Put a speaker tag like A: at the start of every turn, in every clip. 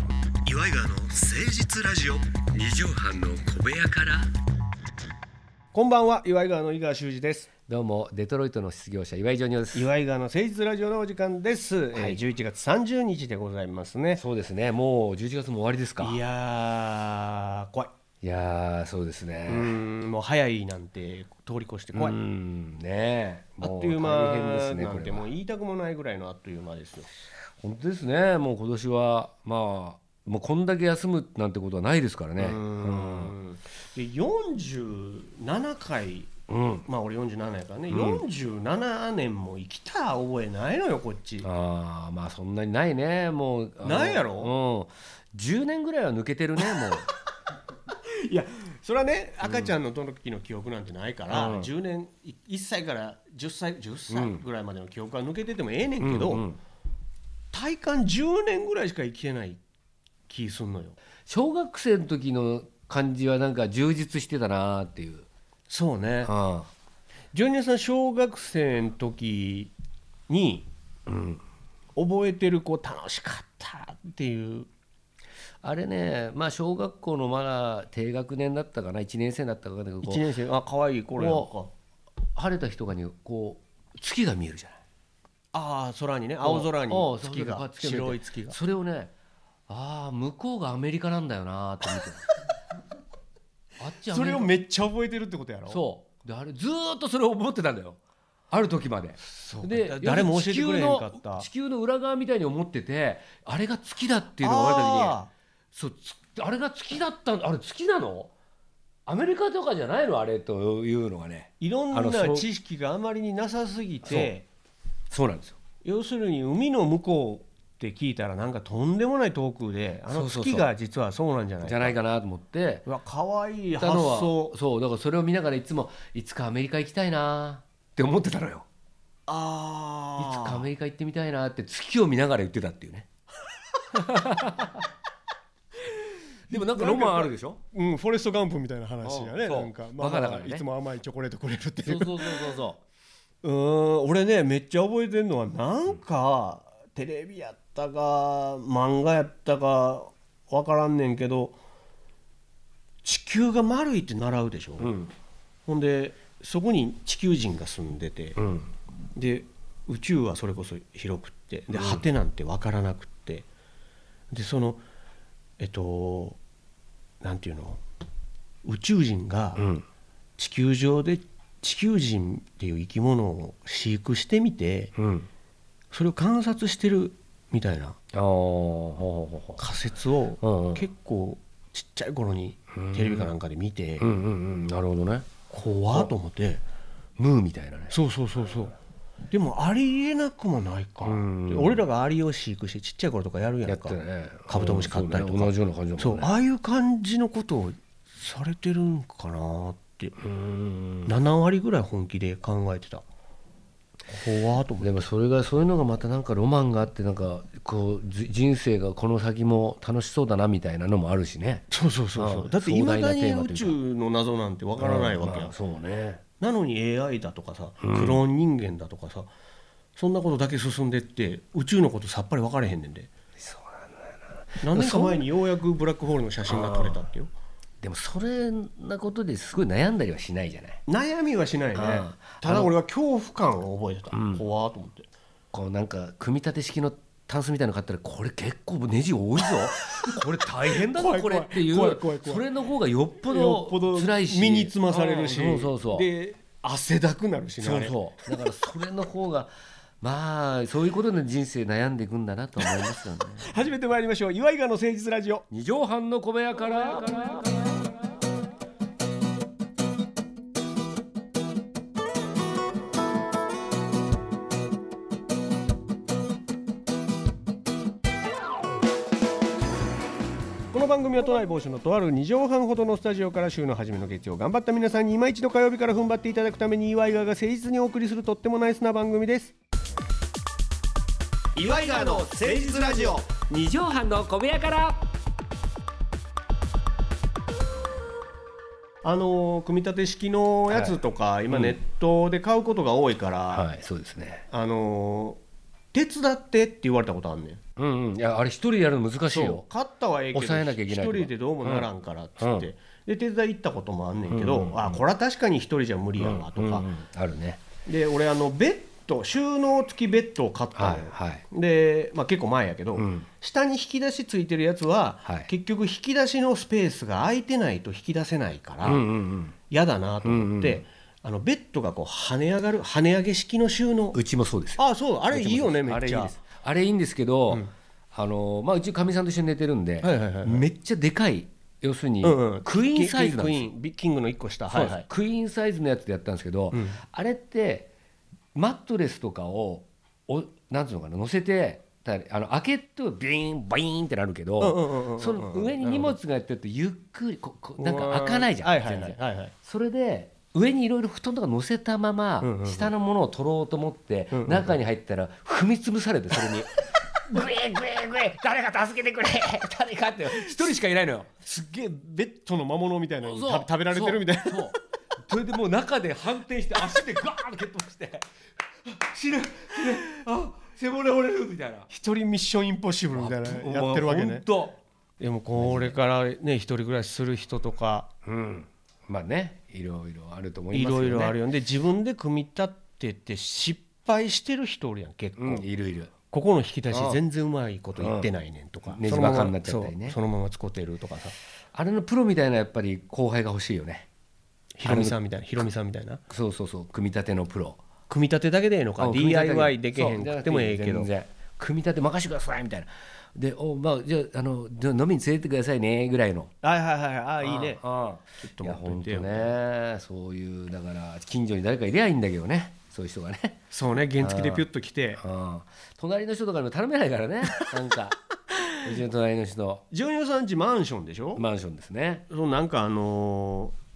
A: イガーの誠実ラジオ
B: 二畳半の小部屋から
C: こんばんは岩井川の井川修司です
B: どうもデトロイトの失業者岩井ジョニオです
C: 岩井川の誠実ラジオのお時間です、
B: は
C: えー、
B: い
C: 11月30日でございますね
B: そうですねもう11月も終わりですか
C: いやー怖い
B: いやーそうです
C: う
B: ね
C: んもう早いなんて通り越して怖い
B: うんねえ
C: あ
B: も
C: っという
B: 大変
C: 間
B: ですね
C: な
B: こ
C: んて
B: れ
C: もう
B: は
C: 言いたくもないぐらいのあっという間ですよ
B: 本当ですねもう今年はまあもうこんだけ休むなんてことはないですからね
C: うんで47回
B: うん、
C: まあ俺47やからね、47年も生きた覚えないのよこっち
B: ああまあそんなにないねもうあの
C: ないや
B: うん10年ぐらいは抜けてるねも う
C: いやそれはね赤ちゃんの時の記憶なんてないから、
B: うん
C: 10年い1歳から10歳10歳ぐらいまでの記憶は抜けててもええねん けど、
B: うんうん
C: 体感10年ぐらいしか生きてない気すんのよ
B: 小学生の時の感じはなんか充実してたなーっていう、
C: そうね
B: うん、
C: ジョニアさん小学生の時に、覚えてる子楽しかったっていう
B: あれねまあ小学校のまだ低学年だったかな1年生だったかなこう
C: 1年生あ可愛い頃やんか
B: 晴れた日とかにこう月が見えるじゃない
C: ああ空にね青空に
B: おう
C: 月
B: そうそう
C: が
B: 見えて
C: 白い月が
B: それをねああ向こうがアメリカなんだよなーって見て あっちア
C: そ
B: メリ
C: れ
B: カ
C: をめっちゃ覚えてるってことやろ
B: そうであれずーっとそれを思ってたんだよある時まで
C: うだ
B: で
C: 誰も教えてくれへんか
B: 地
C: っ
B: 球の
C: た
B: 地球の裏側みたいに思っててあれが月だっていうのが言われ
C: あ
B: た時にそうつあれが月だったんあれ月なのアメリカとかじゃないのあれというのがね
C: ーいろ
B: あ
C: ん
B: のそ
C: な
B: う
C: 知識があまりになさすぎて
B: そうなんですよ
C: 要するに海の向こうって聞いたらなんかとんでもない遠くであの
B: そうそう
C: 月
B: そう
C: が実はそうなんじゃない
B: じゃないかなと思って
C: うわ可愛い
B: 行っ
C: 発
B: たのは
C: 想
B: そうだからそれを見ながらいつもいつかアメリカ行きたいなって思ってたのよいつかア
C: あ
B: メリカ行ってみたいなって月を見ながら言ってたっていうね でもなんかロマンあるでしょ
D: うん、フォレスト・ガンプみたいな話や
B: う
D: ね
B: んそう
D: なんか、
B: バカだからね
D: いつも甘いチョコレートくれるってい
B: そううそうそうそうそ
C: ーうーん俺ねめっちゃ覚えてるのはなんかテレビやったか漫画やったか分からんねんけど地球が丸いって習うでしょ、
B: う。うん。
C: ほんでそこに地球人が住んでて、
B: うん。
C: で宇宙はそれこそ広くってで果てなんて分からなくってでそのえっとなんていうの宇宙人が
B: ん
C: 地球上で地球人っていう生き物を飼育してみて
B: うん。
C: それを観察してるみたいな
B: ああ、ほうほうほ
C: 仮説を
B: うんうん
C: 結構ちっちゃい頃にテレビかなんかで見て
B: う。うんうんうん。なるほどね。
C: 怖っと思って
B: ムーみたいなね。
C: そうそうそうそうでもありえなくもないか
B: うん
C: で俺らがアリを飼育してちっちゃい頃とかやるやんか
B: やってたね。
C: カブトムシ買ったりとか
B: うんそうね同じような感じだ
C: そ
B: も
C: うん
B: ね。
C: ああいう感じのことをされてるんかなって
B: うーん。
C: 7割ぐらい本気で考えてた怖っと思って
B: でもそれがそういうのがまたなんかロマンがあってなんかこうじ人生がこの先も楽しそうだなみたいなのもあるしね。
C: そうそうそうそ
B: あ
C: う
B: あ
C: だっていまだに
B: 壮大なテーマと
C: 宇
B: いうか
C: 宙の謎なんてわからないわけ
B: ま
C: や
B: あそうね。
C: なのに AI だとかさクローン人間だとかさそんなことだけ進んでって宇宙のことさっぱり分かれへんねんで何年か前にようやくブラックホールの写真が撮れたってよ
B: でもそれなことですごい悩んだりはしないじゃない。
C: 悩みはしないね
B: ああ
C: ただ俺は恐怖感を覚えてた
B: うん
C: 怖っと思って
B: こうなんか組み立て式のタンスみたいなの買ったらこれ結構ネジ多いぞ これ大変だ
D: 怖
B: ぞ
D: い
B: こ
D: 怖
B: れ
D: い
B: っていう
D: 怖い怖い怖い
B: それの方がよっぽ
D: よっぽど
B: ど辛いし
C: 身につまされるし
B: うんそうそうそう
C: で汗だくなるしね
B: そ
C: あ
B: う
C: れ
B: そうだからそれの方がまあそういうことで人生悩んでいくんだなと思いますよね
C: 始めてまいりましょう岩井川の誠実ラジオ
B: 二畳半の小部屋から
C: この番組は都内某所のとある2畳半ほどのスタジオから週の初めの月曜頑張った皆さんに今一度火曜日から踏ん張っていただくために岩井川が誠実にお送りするとってもナイスな番組です岩井川の誠実ラジオ
B: 二畳半の小部屋から
C: あのー組み立て式のやつとか、今ネットで買うことが多いから、
B: はいそうですね
C: あのー手伝ってって言われたことあんねん
B: うんうんいやあれ一人でやるの難しいよ
C: 勝ったはええけど
B: 抑えなきゃいけない
C: 一
B: から
C: 人でどうもならんからっつって、
B: うん
C: で手伝い行ったこともあんねんけど、
B: うん
C: あこれは確かに一人じゃ無理やわとか、
B: うんうんうんあるね
C: で俺あのベッド収納付きベッドを買った
B: は
C: のよ、
B: いはい
C: で、まあ、結構前やけど、
B: うん
C: 下に引き出しついてるやつは、
B: はい
C: 結局引き出しのスペースが空いてないと引き出せないから
B: うんうんうん
C: 嫌、だなと思って、
B: うん
C: あのベッドがこう跳ね上がる跳ね上げ式の収納
B: うちもそうですよ
C: あそうあれいいよねめ
B: あ
C: っ
B: れい
C: ち
B: い
C: ゃ
B: ですあれいいんですけど、あのまあ、うちかみさんと一緒に寝てるんで、
C: はいはいはいはい
B: めっちゃでかい要するに、
C: うんうん
B: クイーンサイズなん
C: キ
B: ですよ
C: ンクイーンビキングの一個下
B: そう
C: は
B: で
C: い
B: す
C: はい
B: クイーンサイズのやつでやったんですけど、あれってマットレスとかをおなんつうのかな乗せてたりあの開けとビーンバイーンってなるけ
C: うんうんうんうんう
B: ど
C: ん
B: その上に荷物がやってるとゆっくりここなんか開かないじゃん、
C: はいはい
B: 全
C: は
B: 然
C: い、はいはい
B: それで上にいろいろ布団とか乗せたまま
C: んうんうん
B: 下のものを取ろうと思って中に入ったら踏み潰されてそれに「グエグエグエ誰か助けてくれ誰か」って一人しかいないのよ。
D: すっげえベッドの魔物みたいなのに
B: そう
D: た食べられてるみたいな
B: そうそうそれでもう中で反転して足でガーンと蹴っ飛ばして「死ぬ死ぬあ背骨折れる」みたいな。
D: 一人ミッションインポッシブルみたいなのやってるわけね
B: 本
C: でもこれからね一人暮らしする人とか
B: 当うんまあねいろいろあると思い
C: い
B: ますよ
C: ろ
B: ね。
C: いろあるよねで自分で組み立てて失敗してる人おるやん結構、
B: うんいるいる。
C: ここの引き出し全然うまいこと言ってないねんとか、
B: うんねじ
C: そのま
B: ば
C: ま
B: かになっちゃったりね
C: そうそのまま使ってるとかさ
B: あれのプロみたいなやっぱり後輩が欲しいよね。
C: ひろみさんみたいなひろみさんみたいな
B: そうそうそう組み立てのプロ
C: 組み立てだけでええのか DIY できへん
B: そう
C: くてもええけど
B: 全然組み立て任せてくださいみたいなでおまあじゃああのじゃあ飲みに連れてってくださいねぐらいの
C: はいはいはいああいいね
B: あ
C: ちょっ
B: あ
C: と
B: いや
C: 待っとい
B: 本
C: てよ
B: 当ねそういうだから近所に誰かいりゃいいんだけどねそういう人がね
C: そうね原付でピュッと来て
B: うん隣の人とかにも頼めないからねな んかうちの隣の人
C: 純代さんちマンションでしょ、
B: マンションですね
C: そうなんかあのー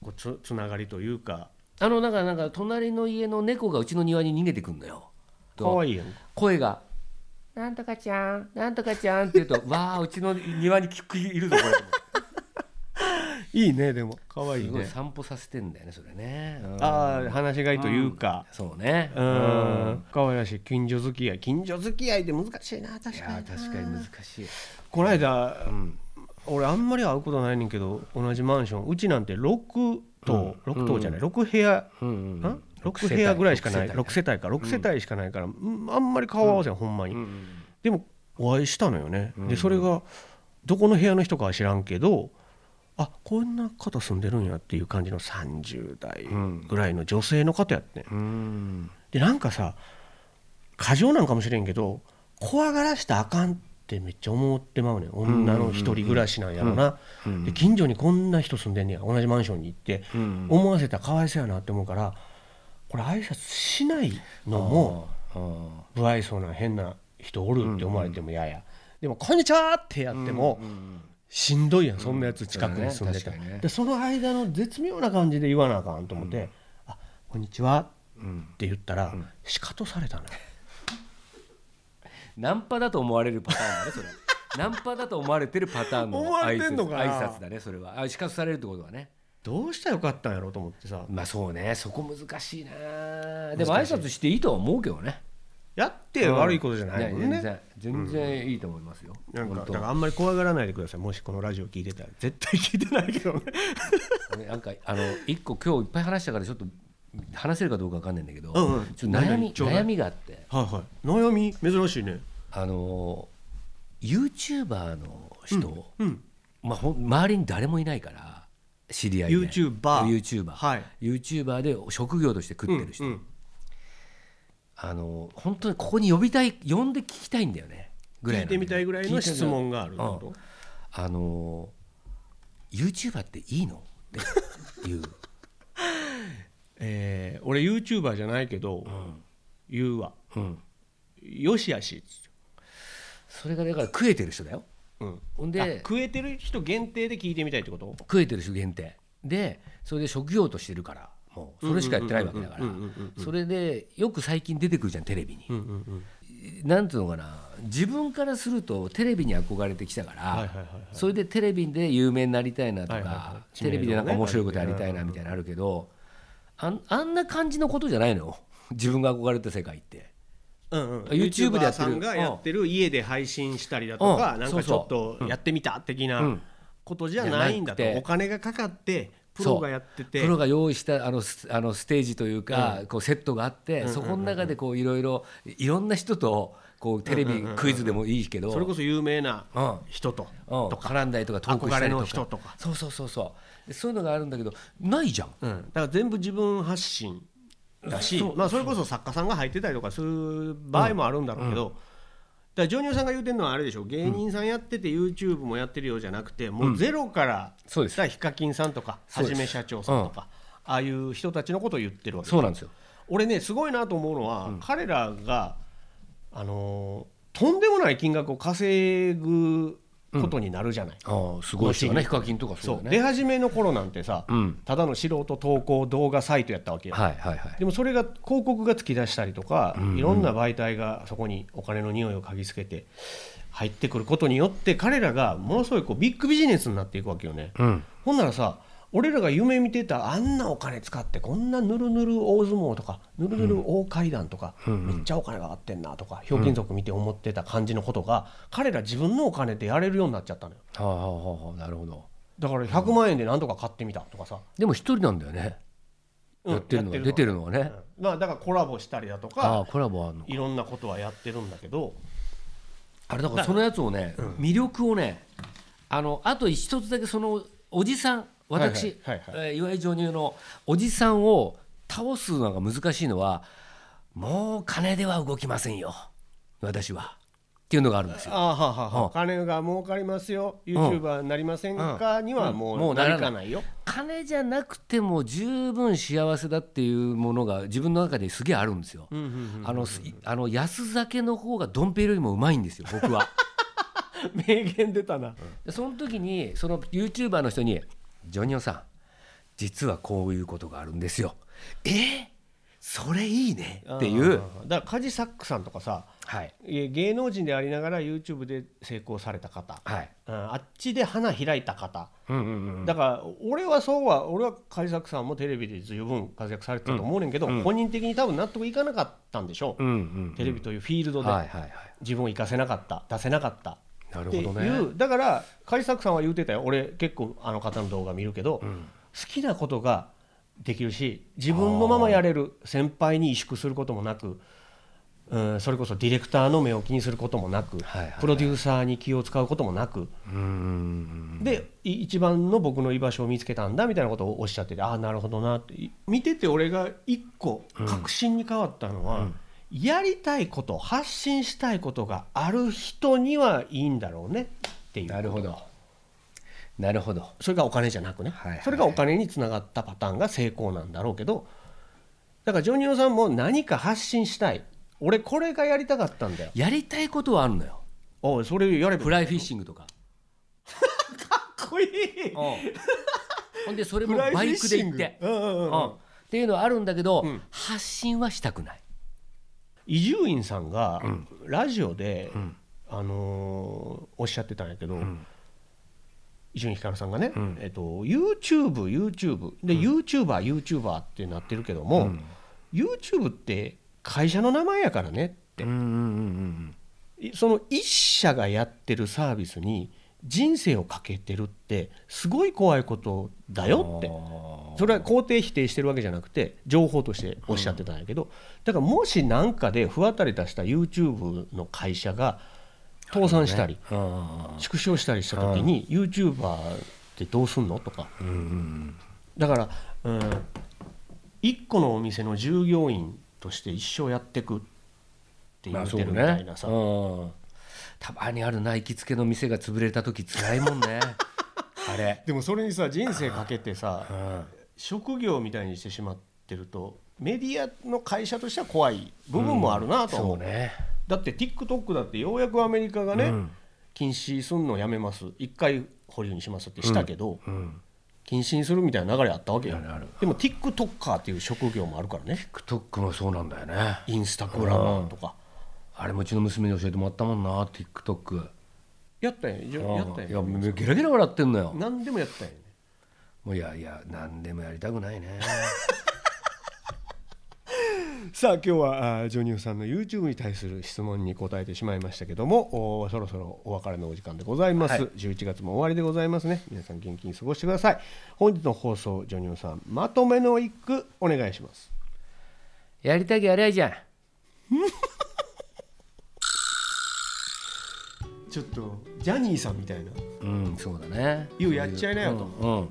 C: こうつつながりというか
B: あのなんかなんか隣の家の猫がうちの庭に逃げてくんのよと
C: 可愛いやん
B: 声が「なんとかちゃんなんとかちゃん」って言うと「 わあうちの庭にきくいるぞこれ」
C: いいねでも可愛い
B: すごい
C: ね
B: 散歩させてんだよねそれね、うん
C: ああ話しがいというか
B: そうね
C: う
B: い
C: ん可愛らしい近所付き合い近所付き合いって難しいな確か
B: や
C: に
B: 確かに難しい
C: この間、俺あんまり会うことないねんけど同じマンションうちなんて6棟、6棟じゃない6部屋、
B: うんうん
C: ん、6部屋ぐらいしかない
B: 六世
C: 6
B: 帯
C: 世帯か6世帯しかないから、うんあんまり顔合わせん、ほんまに、でもお会いしたのよね、でそれがどこの部屋の人かは知らんけどあこんな方住んでるんやっていう感じの30代ぐらいの女性の方やってん、
B: うん
C: でなんかさ過剰なんかもしれんけど怖がらしたらあかんってめっちゃ思ってまうねん女の一人暮らしなんやろな、で近所にこんな人住んでんねや同じマンションに行って、思わせたらかわいそうやなって思うからこれ挨拶しないのも
B: あ
C: 不愛想な変な人おるって思われても嫌や、でも「こんにちは!」ってやっても、しんどいやんそんなやつ近くに住んでた
B: そ
C: ら、
B: うだね確かにね
C: でその間の絶妙な感じで言わなあかんと思って「あこんにちは」って言ったら、しかとされたのよ。
B: ナンパだと思われるパターンだ ねそれナンパだと思われてるパターンの
D: 思わ
B: 挨
D: れてんの
B: 拶
D: かな
B: 挨拶だねそれはあしかされるってことはね
C: どうしたらよかったんやろうと思ってさ
B: まあそうねそこ難しいなでも挨拶していいとは思うけどね
C: やって悪いことじゃないもん
B: 全
C: ね。
B: 然全然いいと思いますよ、
C: なんか
B: 本
C: だ
B: 当
C: からあんまり怖がらないでくださいもしこのラジオ聞いてたら絶対聞いてないけ どね
B: 俺なんかあの一個今日いっぱい話したからちょっと話せるかどうかわかんないんだけど、
C: うんうん
B: ちょっと悩
C: 何
B: み
C: 々ちょうだい
B: 悩みがあって
C: はいはい悩み珍しいね
B: あの YouTuber の人、
C: うん
B: まあ、ほん周りに誰もいないから知り合いで
C: YouTuber
B: YouTuber、
C: はい
B: YouTuber で職業として食ってる人、
C: うん
B: あの本当にここに呼びたい呼んで聞きたいんだよねぐら
C: 聞
B: いない
C: て
B: んだよね
C: みたいぐらいの質問があるってこ
B: う
C: と
B: んあの YouTuber っていいのっていう
C: えー俺 YouTuber じゃないけど、言うわ
B: うん
C: よしあしっつっ
B: それがだから食えてる人だよ
C: てうん
B: ほん
C: あ
B: で
C: 食えてる人限定で聞いてみたいってこと
B: 食えてる人限定でそれで職業としてるからもうそれしかやってないわけだからそれでよく最近出てくるじゃんテレビに。
C: うんうん
B: なんていうのかな自分からするとテレビに憧れてきたから、
C: いはいはいはい
B: それでテレビで有名になりたいなとか、
C: はいはいはい
B: テレビでなんか面白いことやりたいなみたいなのあるけど、あんあんな感じのことじゃないのよ自分が憧れた世界って。
C: うんうん、
B: YouTube でや
C: YouTuber
B: ってる
C: さんがやってる家で配信したりだとか、
B: うん
C: なん
B: そう
C: かちょ
B: そ
C: っ
B: う
C: とやってみた的
B: う
C: なんことじゃないんだと、
B: じゃなくて
C: お金がかかってプロがやってて
B: プロが用意したあのスあのステージというか、こうセットがあって、そこの中でこういろいろいろんな人とこうテレビ、クイズでもいいけど
C: それこそ有名な
B: うん
C: 人と、
B: うん、絡んだりとかトークしたり
C: 憧
B: と
C: れ
B: か
C: の人とか
B: そうそうそうそうでそういうのがあるんだけどないじゃん
C: うんだから全部自分発信だしまあ、それこそ作家さんが入ってたりとかする場合もあるんだろうけど、だからジョニオさんが言うてるのはあれでしょ芸人さんやってて YouTube もやってるようじゃなくてもうゼロから、
B: そうです
C: だからヒカキンさんとか
B: そ
C: は
B: うで
C: じ
B: す
C: め社長さんとか、ああいう人たちのことを言ってるわけ
B: そうなんですよ
C: 俺ねすごいなと思うのは、彼らがあのーとんでもない金額を稼ぐことになるじゃない、
B: ああすごいですよねヒカキンとか
C: そ
B: そううだ
C: 出
B: ね
C: 始めの頃なんてさ、
B: ん
C: ただの素人投稿動画サイトやったわけよ、
B: はいはいはい
C: でもそれが広告が突き出したりとか、いろんな媒体がそこにお金の匂いを嗅ぎつけて入ってくることによって彼らがものすごいこうビッグビジネスになっていくわけよね、
B: ん
C: ほんならさ俺らが夢見てたあんなお金使ってこんなぬるぬる大相撲とかぬるぬる大階段とか、めっちゃお金が上がってんなとかひょうきん族見て思ってた感じのことが、彼ら自分のお金でやれるようになっちゃったのよ
B: はあはあはあはあなるほど
C: だから100万円でなんとか買ってみたとかさ、
B: でも一人なんだよね、
C: うん
B: やってるの
C: や
B: は
C: ってるのは
B: 出てるのはね、
C: うんまあだからコラボしたりだと
B: ああ
C: か
B: コラボあんの
C: いろんなことはやってるんだけど
B: あれだからそのやつをね、魅力をねあのあと一つだけそのおじさん私、
C: はいはいはい
B: えー岩井上乳のおじさんを倒すのが難しいのはもう金では動きませんよ私はっていうのがあるんですよ。
C: ああはあはあはあ
B: うん
C: 金が儲かりますよ YouTuber になりませんかには
B: うんも
C: もう
B: うな
C: な
B: らない
C: りかないよ
B: 金じゃなくても十分幸せだっていうものが自分の中ですげえあるんですよ。あのすあの安酒の方がドンペリよりもうまいんですよ僕は。
C: 名言出たな
B: でその時にその YouTuber の人に「ジョニオさん実はこういうことがあるんですよ」えーそれいいねってい
C: んん
B: う
C: だ
B: ん
C: からカジサックさんとかさ
B: はい
C: え芸能人でありながら YouTube で成功された方
B: はい
C: うんあっちで花開いた方
B: うんうんうん
C: だから俺はそうは俺はカジサックさんもテレビで十分活躍されてたと思うねんけど本人的に多分納得いかなかったんでしょ
B: う
C: うん
B: うん
C: テレビというフィールドで
B: はいはいはい
C: 自分を生かせなかった出せなかった
B: なる
C: ってい
B: ほどね
C: うだからカリサクさんは言うてたよ俺結構あの方の動画見るけど、好きなことができるし自分のままやれる先輩に萎縮することもなく、うん、それこそディレクターの目を気にすることもなく、
B: はいはいはい
C: プロデューサーに気を使うこともなく、
B: うんうんうん
C: でい一番の僕の居場所を見つけたんだみたいなことをおっしゃっててああなるほどなってい見てて俺が一個確信に変わったのは、やりたいこと発信したいことがある人にはいいんだろうねっていう
B: なるほどなるほど
C: それがお金じゃなくね、
B: はいはい
C: それがお金につながったパターンが成功なんだろうけどだからジョニオさんも何か発信したい俺これがやりたかったんだよ
B: やりたいことはあるのよ
C: おいそれやれば
B: フライフィッシングとか
C: かっこいい
B: うんほんでそれもバイク
C: フ
B: で行って
C: ライフィッシングうんうん
B: う
C: うん
B: んっていうのはあるんだけど
C: うん
B: 発信はしたくない
C: 伊集院さんがラジオで、あのーおっしゃってたんやけど、伊集院光さんがね、えっと、YouTubeYouTube で、YouTuberYouTuber ってなってるけども、YouTube って会社の名前やからねって、
B: うんうんうん
C: いその一社がやってるサービスに人生をかけてるってすごい怖いことだよってそれは肯定否定してるわけじゃなくて情報としておっしゃってたんやけど、だからもし何かで不当たり出した YouTube の会社が倒産したり、
B: うんうん
C: 縮小したりした時に YouTuber ってどうすんのとか、だから、うん、1個のお店の従業員として一生やってくって言
B: まあ
C: っ
B: そ
C: て
B: う
C: るみた
B: ね
C: いなさ、
B: うん、たまにあるな行きつけの店が潰れた時辛いも んねあれ、
C: でもそれにさ人生かけてさ
B: うん、
C: 職業みたいにしてしまってるとメディアの会社としては怖い部分もあるなとは思、
B: そううね
C: だって TikTok だってようやくアメリカがね、
B: うん
C: 禁止すんのやめます一回保留にしますってしたけど、禁止にするみたいな流れあったわけよ
B: あるある
C: でも TikToker っていう職業もあるからね
B: TikTok もそうなんだよね
C: インスタグラマーとか、
B: あれもうちの娘に教えてもらったもんな TikTok
C: やったんやんじゃやったん
B: いや
C: や
B: もうゲラゲラ笑ってんのよ
C: 何でもやったんやね
B: もういやいや何でもやりたくないね
C: さあ今日はあージョニオさんの YouTube に対する質問に答えてしまいましたけどもおそろそろお別れのお時間でございます、11月も終わりでございますね皆さん元気に過ごしてください本日の放送ジョニオさんまとめの一句お願いします
B: やりたきゃやりゃいいじゃん
C: ちょっとジャニーさんみたいな
B: うんそうだね
C: ようやっちゃいなよと
B: うんうん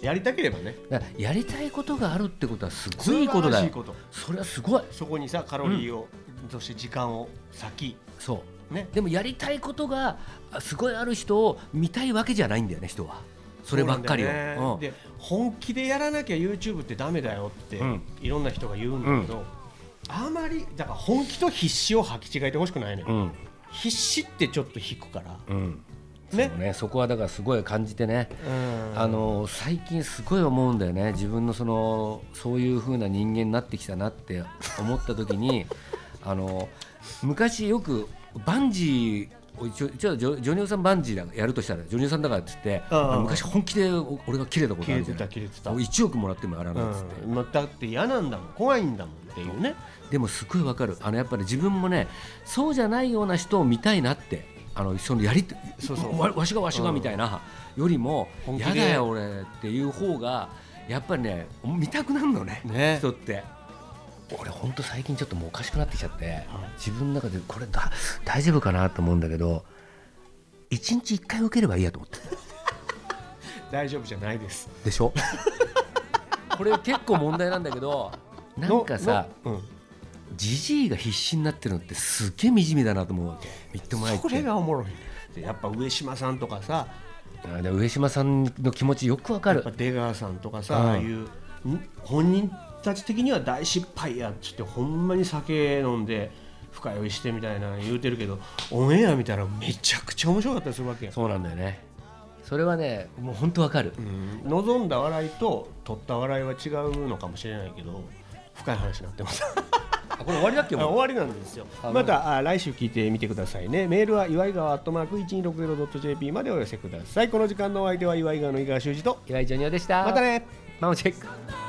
C: やりたければね
B: だからやりたいことがあるってことはすごいいいこと
C: 素晴ら
B: だ
C: し
B: よ
C: いこと
B: それはすごい
C: そこにさカロリーを、そして時間を先
B: そう
C: ね
B: でもやりたいことがあすごいある人を見たいわけじゃないんだよね人はそればっかりを
C: そうなんだよねで本気でやらなきゃ YouTube ってダメだよって、
B: うん
C: いろんな人が言うんだけど、あまりだから本気と必死を履き違えてほしくないのよ、
B: うん
C: 必死ってちょっと引くから、
B: うん
C: ね
B: そうねそこはだからすごい感じてねあの最近すごい思うんだよね自分のそのそういう風な人間になってきたなって思った時に あの昔よくバンジーを一応一応ジョジョニオさんバンジーだやるとしたらジョニオさんだからっつって
C: うんうんうん
B: 昔本気でお俺が切れたことあるじゃない
C: 切れてた切れてた
B: もう1億もらってもやらないっつって、
C: うんまあだって嫌なんだもん怖いんだもんっていうね
B: でもすごいわかるあのやっぱり自分もねそうじゃないような人を見たいなってあのそのやり
C: そうそう
B: わわしがわしがみたいな、よりも
C: 本気
B: や
C: で
B: だよ俺っていう方がやっぱりね見たくなるのね
C: ね
B: 人って。俺ほんと最近ちょっともうおかしくなってきちゃって自分の中でこれだ大丈夫かなと思うんだけど1日1回受ければいいや と思って
C: 大丈夫じゃないです
B: でしょ これ結構問題なんだけどなんかさ
C: のうん
B: じじいが必死になってるのってすっげえ惨めだなと思うわけみっともないって
C: それがおもろいねでやっぱ上島さんとかさ
B: あで上島さんの気持ちよくわか
C: や
B: る
C: っぱ出川さんとかさ、
B: うん
C: ああいうん本人たち的には大失敗やっつってほんまに酒飲んで深酔いしてみたいなの言うてるけどオンエア見たらめちゃくちゃ面白かったりするわけやん、
B: そうなんだよねそれはねもう本当わかる、
C: うん望んだ笑いと取った笑いは違うのかもしれないけど深い話になってます
B: あこれ終わりだっけ
C: あ終
B: も
C: わりなんですよ
B: あ
C: またあ来週聞いてみてくださいねメールは岩井川アットマーク 1260.jp までお寄せくださいこの時間のお相手は岩井川の井川修司と
B: う岩井ジョニオでした
C: またね
B: マモチェック
E: 「この想いを